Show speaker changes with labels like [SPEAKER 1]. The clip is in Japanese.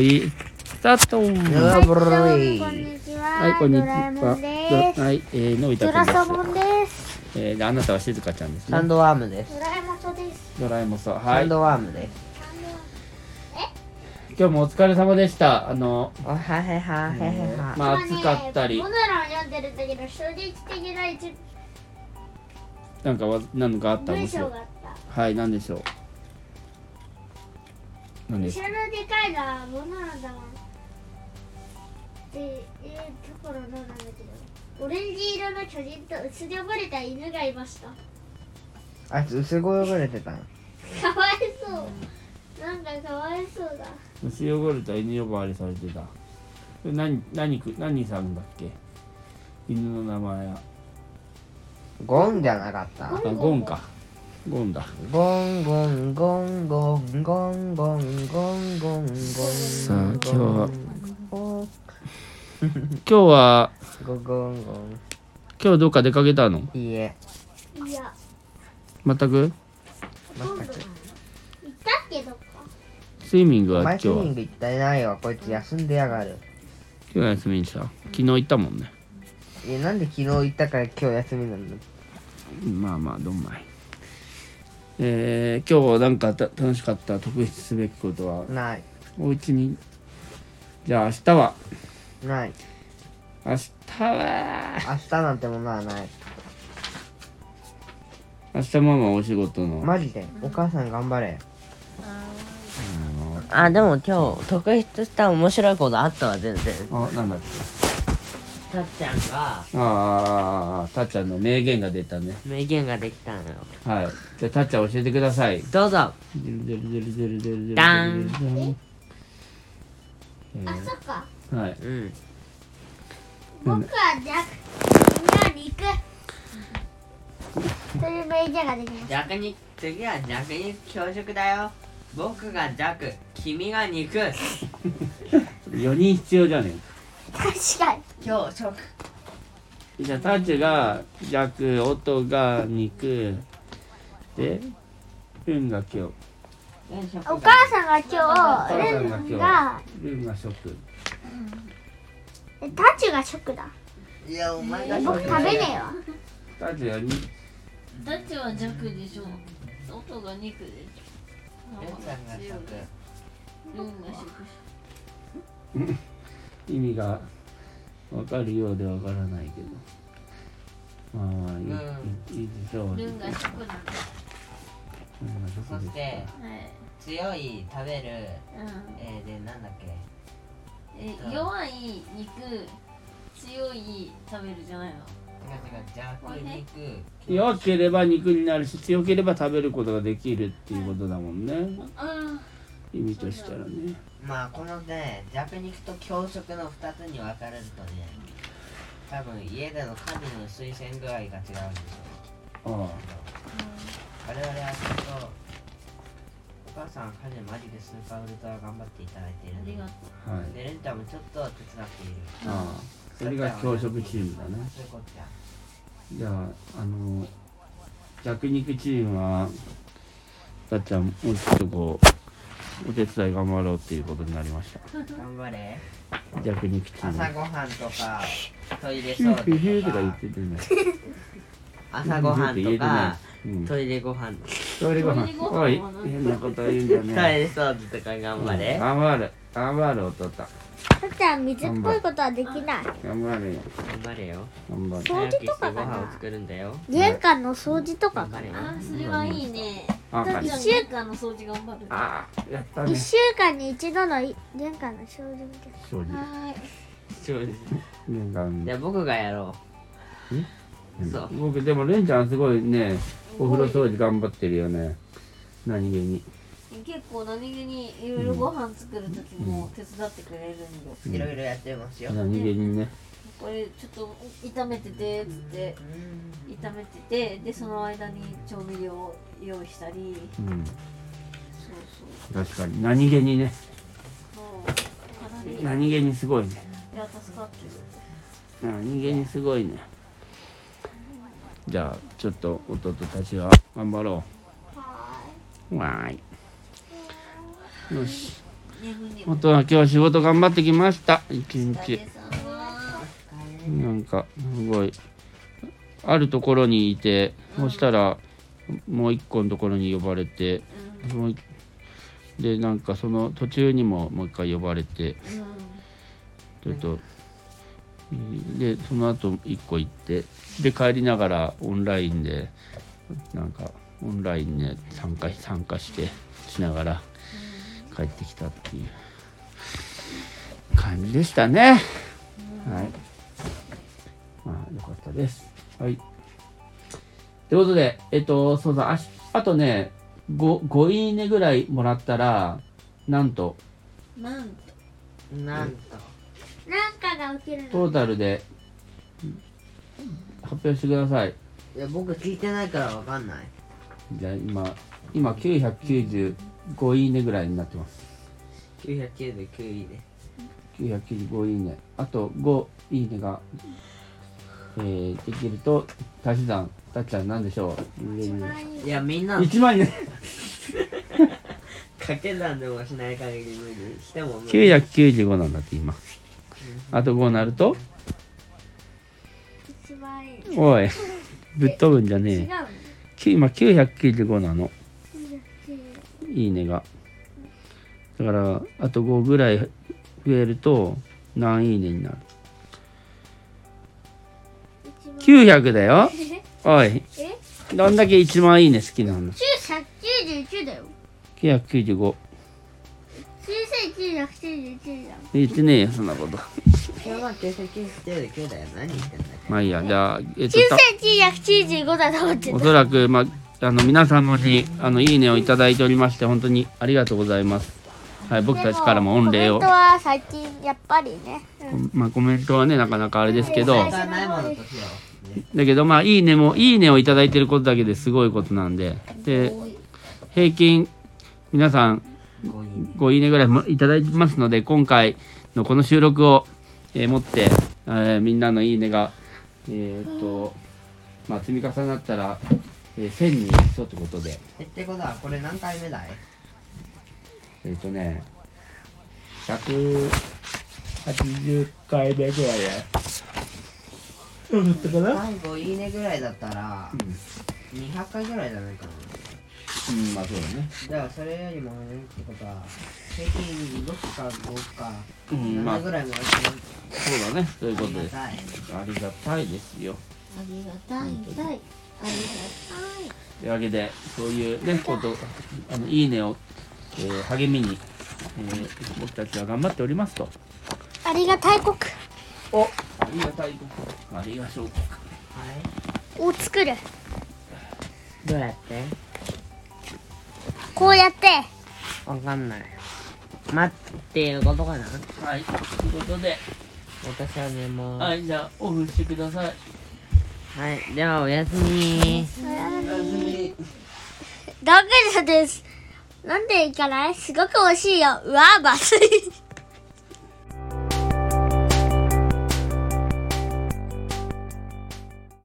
[SPEAKER 1] い、スタートは
[SPEAKER 2] ラブリ
[SPEAKER 3] こん
[SPEAKER 2] ー。
[SPEAKER 3] にちは。
[SPEAKER 1] い、こんにち
[SPEAKER 3] ドラえもん
[SPEAKER 1] は。
[SPEAKER 3] です。
[SPEAKER 1] ドラはい、えー、のび太
[SPEAKER 3] ド
[SPEAKER 1] くん
[SPEAKER 3] ラ
[SPEAKER 1] で
[SPEAKER 3] サボン
[SPEAKER 1] す。
[SPEAKER 3] です。
[SPEAKER 1] えーで、あなたは静香ちゃんです
[SPEAKER 2] サン
[SPEAKER 1] ね。
[SPEAKER 2] ドワームです。
[SPEAKER 3] ドラえもんとです。
[SPEAKER 1] ドラえもんさん。は
[SPEAKER 2] サ
[SPEAKER 1] い。
[SPEAKER 2] ン
[SPEAKER 1] 今
[SPEAKER 2] ドワームです。
[SPEAKER 1] 日もお疲れ様でした。あの、
[SPEAKER 2] おはへはへへは。
[SPEAKER 1] まあ暑かったり
[SPEAKER 3] モ、ノラを読んでるんだけど、衝撃的な一
[SPEAKER 1] なんかわ、なんかあった面
[SPEAKER 3] 文章
[SPEAKER 1] 白い
[SPEAKER 3] が。あった。
[SPEAKER 1] はい、なんでしょう。なんでし
[SPEAKER 3] 後ろのでかいのはモノラだもん。で、えー、ところのなんだけど、オレンジ色の巨人と薄汚れた犬がいました。
[SPEAKER 2] あ、すごい汚れてたの。
[SPEAKER 3] かわいそう。なんかかわいそうだ。
[SPEAKER 1] ょう。牛汚れた犬呼ばわりされてた。それ何、何く、何さんだっけ犬の名前は。
[SPEAKER 2] ゴンじゃなかった。
[SPEAKER 1] あ、ゴンか。ゴンだ。
[SPEAKER 2] ゴンゴンゴンゴンゴンゴンゴンゴンゴン。
[SPEAKER 1] さあ今日は今日は、
[SPEAKER 2] ゴンゴンゴン。
[SPEAKER 1] 今日どっか出かけたの
[SPEAKER 2] いいえ。
[SPEAKER 3] いや、
[SPEAKER 1] 全く
[SPEAKER 3] 今度は行ったけどか。
[SPEAKER 1] スイミングは今
[SPEAKER 2] 前
[SPEAKER 1] 日
[SPEAKER 2] スイ
[SPEAKER 1] は
[SPEAKER 2] ミン
[SPEAKER 1] 今
[SPEAKER 2] グ行ってないわ。こいつ休んでやがる。
[SPEAKER 1] 日は休みにした昨日行ったもんね
[SPEAKER 2] え、なんで昨日行ったから今日休みなんだ
[SPEAKER 1] まあまあどんまいえー、今日なんかた楽しかった特筆すべきことは
[SPEAKER 2] ない。
[SPEAKER 1] おうちにじゃあ明日は
[SPEAKER 2] ない。
[SPEAKER 1] 明日は
[SPEAKER 2] 明日なんてものはない。
[SPEAKER 1] 明日ママお仕事の、
[SPEAKER 2] マジで。お母さん頑張れ。
[SPEAKER 1] あ
[SPEAKER 2] あ、でも今日、特筆した面白いことあったわ、全然。
[SPEAKER 1] のあなんだっけ
[SPEAKER 2] たっちゃんが
[SPEAKER 1] ああたっちゃんの名言が出たね
[SPEAKER 2] 名言ができたのよ。
[SPEAKER 1] はいじゃあたっちゃん教えてください
[SPEAKER 2] どうぞ。
[SPEAKER 1] ジュルジュルジュルジュルジュルジュル
[SPEAKER 2] ダーン
[SPEAKER 1] ジュルジュルえ
[SPEAKER 3] あ、そっか。
[SPEAKER 1] ーはい
[SPEAKER 2] うん。
[SPEAKER 3] 僕は弱みんな肉という名言ができまし
[SPEAKER 4] 弱肉次は弱肉強食だよ僕が弱君が肉
[SPEAKER 1] 4人必要じゃねえ
[SPEAKER 3] た確か
[SPEAKER 4] 強食
[SPEAKER 1] じゃあタチが弱音が肉でルンが今
[SPEAKER 3] にお母さんが今
[SPEAKER 1] お母さんが今日
[SPEAKER 3] 日ルンが
[SPEAKER 1] 日ルンが食
[SPEAKER 3] えタチがショックだ
[SPEAKER 4] いやお前が
[SPEAKER 3] 僕食べねえわ
[SPEAKER 1] タチがに
[SPEAKER 5] だっては弱でしょ音が肉でしょ
[SPEAKER 4] ゆうちゃんが食
[SPEAKER 5] 運が食
[SPEAKER 1] 意味が分かるようで分からないけどまあまあいい,、いいでしょうル
[SPEAKER 5] ル
[SPEAKER 1] ン
[SPEAKER 5] ン
[SPEAKER 1] が
[SPEAKER 5] が食だは
[SPEAKER 1] 食
[SPEAKER 4] そ
[SPEAKER 1] です
[SPEAKER 4] し
[SPEAKER 1] か
[SPEAKER 4] て
[SPEAKER 5] い
[SPEAKER 4] 強い食べる
[SPEAKER 5] うん
[SPEAKER 4] えー、でなんだっけ
[SPEAKER 5] え弱い肉強い食べるじゃないの
[SPEAKER 4] 違う違う弱肉
[SPEAKER 1] 弱ければ肉になるし強ければ食べることができるっていうことだもんね
[SPEAKER 5] あ
[SPEAKER 1] 意味としたらね
[SPEAKER 4] まあこのね弱肉と強食の2つに分かれるとね多分家での神の推薦具合が違うんでしょ
[SPEAKER 1] あ
[SPEAKER 4] う我々はちょっとお母さんは彼マジでスーパーウルトラ頑張っていただいている
[SPEAKER 5] あ
[SPEAKER 4] の
[SPEAKER 5] り
[SPEAKER 4] で
[SPEAKER 5] がと
[SPEAKER 1] あはい
[SPEAKER 4] でレンちゃんもちょっと手伝っている
[SPEAKER 1] ああそれが強食チームだね
[SPEAKER 4] そういうことだ
[SPEAKER 1] じゃあ、あの、弱肉チームは、たっちゃん、もうちょっとこう、お手伝い頑張ろうっていうことになりました。
[SPEAKER 4] 頑張れ
[SPEAKER 1] 弱肉チーム。
[SPEAKER 4] 朝ごはんとかトイレ
[SPEAKER 1] ヒ
[SPEAKER 4] 掃
[SPEAKER 1] ューヒューヒューと
[SPEAKER 4] 除と
[SPEAKER 1] か
[SPEAKER 4] か
[SPEAKER 1] 言っててね。
[SPEAKER 4] 朝ごはんとか
[SPEAKER 1] うん。
[SPEAKER 4] トイレごはんト
[SPEAKER 1] トイレご
[SPEAKER 5] トイレ
[SPEAKER 1] 飯。
[SPEAKER 5] ご飯
[SPEAKER 1] おい、変なこと言うんじゃ
[SPEAKER 4] イ
[SPEAKER 1] ねえ。
[SPEAKER 4] レ掃除とか頑張れ
[SPEAKER 1] 頑張る。頑張る、おとた。
[SPEAKER 3] タチは水っぽいことはできない
[SPEAKER 1] 頑張るよ。
[SPEAKER 4] 頑張れよ
[SPEAKER 1] 頑張る。
[SPEAKER 3] 掃
[SPEAKER 4] 早
[SPEAKER 3] 除
[SPEAKER 4] くして
[SPEAKER 3] と
[SPEAKER 4] ご
[SPEAKER 3] かか
[SPEAKER 4] 飯を
[SPEAKER 3] な
[SPEAKER 4] 作るんだよ
[SPEAKER 3] 玄関の掃除とかか
[SPEAKER 4] 頑張れよ
[SPEAKER 3] な
[SPEAKER 5] あそれはいいね
[SPEAKER 1] あ、
[SPEAKER 5] だっ
[SPEAKER 1] か
[SPEAKER 5] て
[SPEAKER 1] り。
[SPEAKER 5] 1週間の掃除頑張る
[SPEAKER 1] ああ、やったね
[SPEAKER 3] 1。週間に一度のい玄関の掃除です
[SPEAKER 1] 正直。
[SPEAKER 5] はい
[SPEAKER 4] そうです
[SPEAKER 1] 玄関
[SPEAKER 4] じゃあ僕がやろうそう
[SPEAKER 1] 僕でもレンちゃんすごいねお風呂掃除頑張ってるよね何気に
[SPEAKER 5] 結構何気にいろいろご飯作る時も手伝ってくれるんよ
[SPEAKER 4] いろいろやってますよ
[SPEAKER 1] 何気にね
[SPEAKER 5] これちょっと炒めててっつって炒めててでその間に調味料を用意したり
[SPEAKER 1] うん
[SPEAKER 5] そうそう
[SPEAKER 1] 確かに何気にね
[SPEAKER 5] そうかなりい
[SPEAKER 1] 何気にすごいね
[SPEAKER 5] や助かってる
[SPEAKER 1] 何気にすごいねじゃあちょっと弟たちは頑張ろ
[SPEAKER 3] は
[SPEAKER 1] うわーいよし
[SPEAKER 5] 眠い
[SPEAKER 1] 本当は今日仕事頑張ってきました一
[SPEAKER 5] お疲
[SPEAKER 1] 日
[SPEAKER 5] れ様
[SPEAKER 1] なんかすごいあるところにいてそしたらもう一個のところに呼ばれてもういでなんかその途中にももう一回呼ばれて
[SPEAKER 5] うんうん
[SPEAKER 1] ちょっとでその後一個行ってで帰りながらオンラインでなんかオンラインで参加参加してしながら帰ってきたっていう感じでしたね。はい。まあよかったです。はい。ということでえっとそうだあしあとね 5, 5いいねぐらいもらったらなんと
[SPEAKER 5] なんと
[SPEAKER 4] なんと
[SPEAKER 3] なんかが起きるの
[SPEAKER 1] トータルで発表してください。
[SPEAKER 4] いや僕聞いてないからわかんない
[SPEAKER 1] じゃあ今、今995いいねぐらいになってます。
[SPEAKER 4] 999位で
[SPEAKER 1] 995いいね。あと5いいねが、えー、できると、足し算、たっちゃんなんでしょう
[SPEAKER 3] 一番いい
[SPEAKER 4] いやみんな
[SPEAKER 1] 1万ね。
[SPEAKER 4] 掛け算でもしない限り無理しても無理
[SPEAKER 1] 995なんだって今。あと5なると、
[SPEAKER 3] 一番いい
[SPEAKER 1] おい、ぶっ飛ぶんじゃ
[SPEAKER 3] 違う
[SPEAKER 1] ね
[SPEAKER 3] の
[SPEAKER 1] え。き今995なの。
[SPEAKER 3] う
[SPEAKER 1] いいねが。だから、あと5ぐらい増えると、何いいねになる。
[SPEAKER 3] ん一番
[SPEAKER 1] 900だよ。おい。
[SPEAKER 3] え
[SPEAKER 1] どんだけ一番いいね好きなの
[SPEAKER 3] 991だよ
[SPEAKER 1] ?995。
[SPEAKER 3] 9991だよ
[SPEAKER 1] 言ってねえよ、そんなこと。
[SPEAKER 4] 今日は999だよ何言ってんだよ
[SPEAKER 1] まあいいや、じゃあ、えっと、た
[SPEAKER 3] 9995だと思って
[SPEAKER 1] お
[SPEAKER 3] た
[SPEAKER 1] そらく、まあ、あの、皆様に、あの、いいねをいただいておりまして、本当にありがとうございます。はい、僕たちからも御礼
[SPEAKER 3] コ
[SPEAKER 1] を
[SPEAKER 3] メント。は最近やっぱりね、うん
[SPEAKER 1] まあ、コメントはね、なかなかあれですけど
[SPEAKER 3] は
[SPEAKER 4] 本、当はないものとしようね
[SPEAKER 1] だけど、まあ、いいねも、いいねをいただいてることだけですごいことなんで、で、平均、皆さん、
[SPEAKER 4] 5人
[SPEAKER 1] ごいいねぐらいもいただいてますので、今回のこの収録を、えー持って、えーみんなのいいねが、えーっと、まあ、積み重なったら、えー1000に一緒ってことで、
[SPEAKER 4] えってことはこれ何回目だい
[SPEAKER 1] えーっとね、180回目ぐらいで。よかったかな
[SPEAKER 4] 最後いいねぐらいだったら200回ぐらいじゃないかな
[SPEAKER 1] うん、まあそうだね。
[SPEAKER 4] じゃあそれよりも多いってことは平均6か5か
[SPEAKER 1] うん、まあ
[SPEAKER 4] 7ぐらいもらってます
[SPEAKER 1] そうだね。ということです。
[SPEAKER 4] ありがたい
[SPEAKER 1] ありがたいですよ。
[SPEAKER 5] ありがたいたいあり
[SPEAKER 1] というわけでそういうねことあのいいねを、えー励みに、えー僕たちは頑張っておりますと
[SPEAKER 3] ありがたい国
[SPEAKER 1] おありがたいありがとう
[SPEAKER 4] はい
[SPEAKER 3] を作る
[SPEAKER 2] どうやって
[SPEAKER 3] こうやって
[SPEAKER 2] わかんない待っていうことかな
[SPEAKER 1] はいということで
[SPEAKER 2] 私は寝ます
[SPEAKER 1] はいじゃあオフしてください
[SPEAKER 2] はい、ではおやすみ
[SPEAKER 3] だけですなんで行かないすごく惜しいようわバス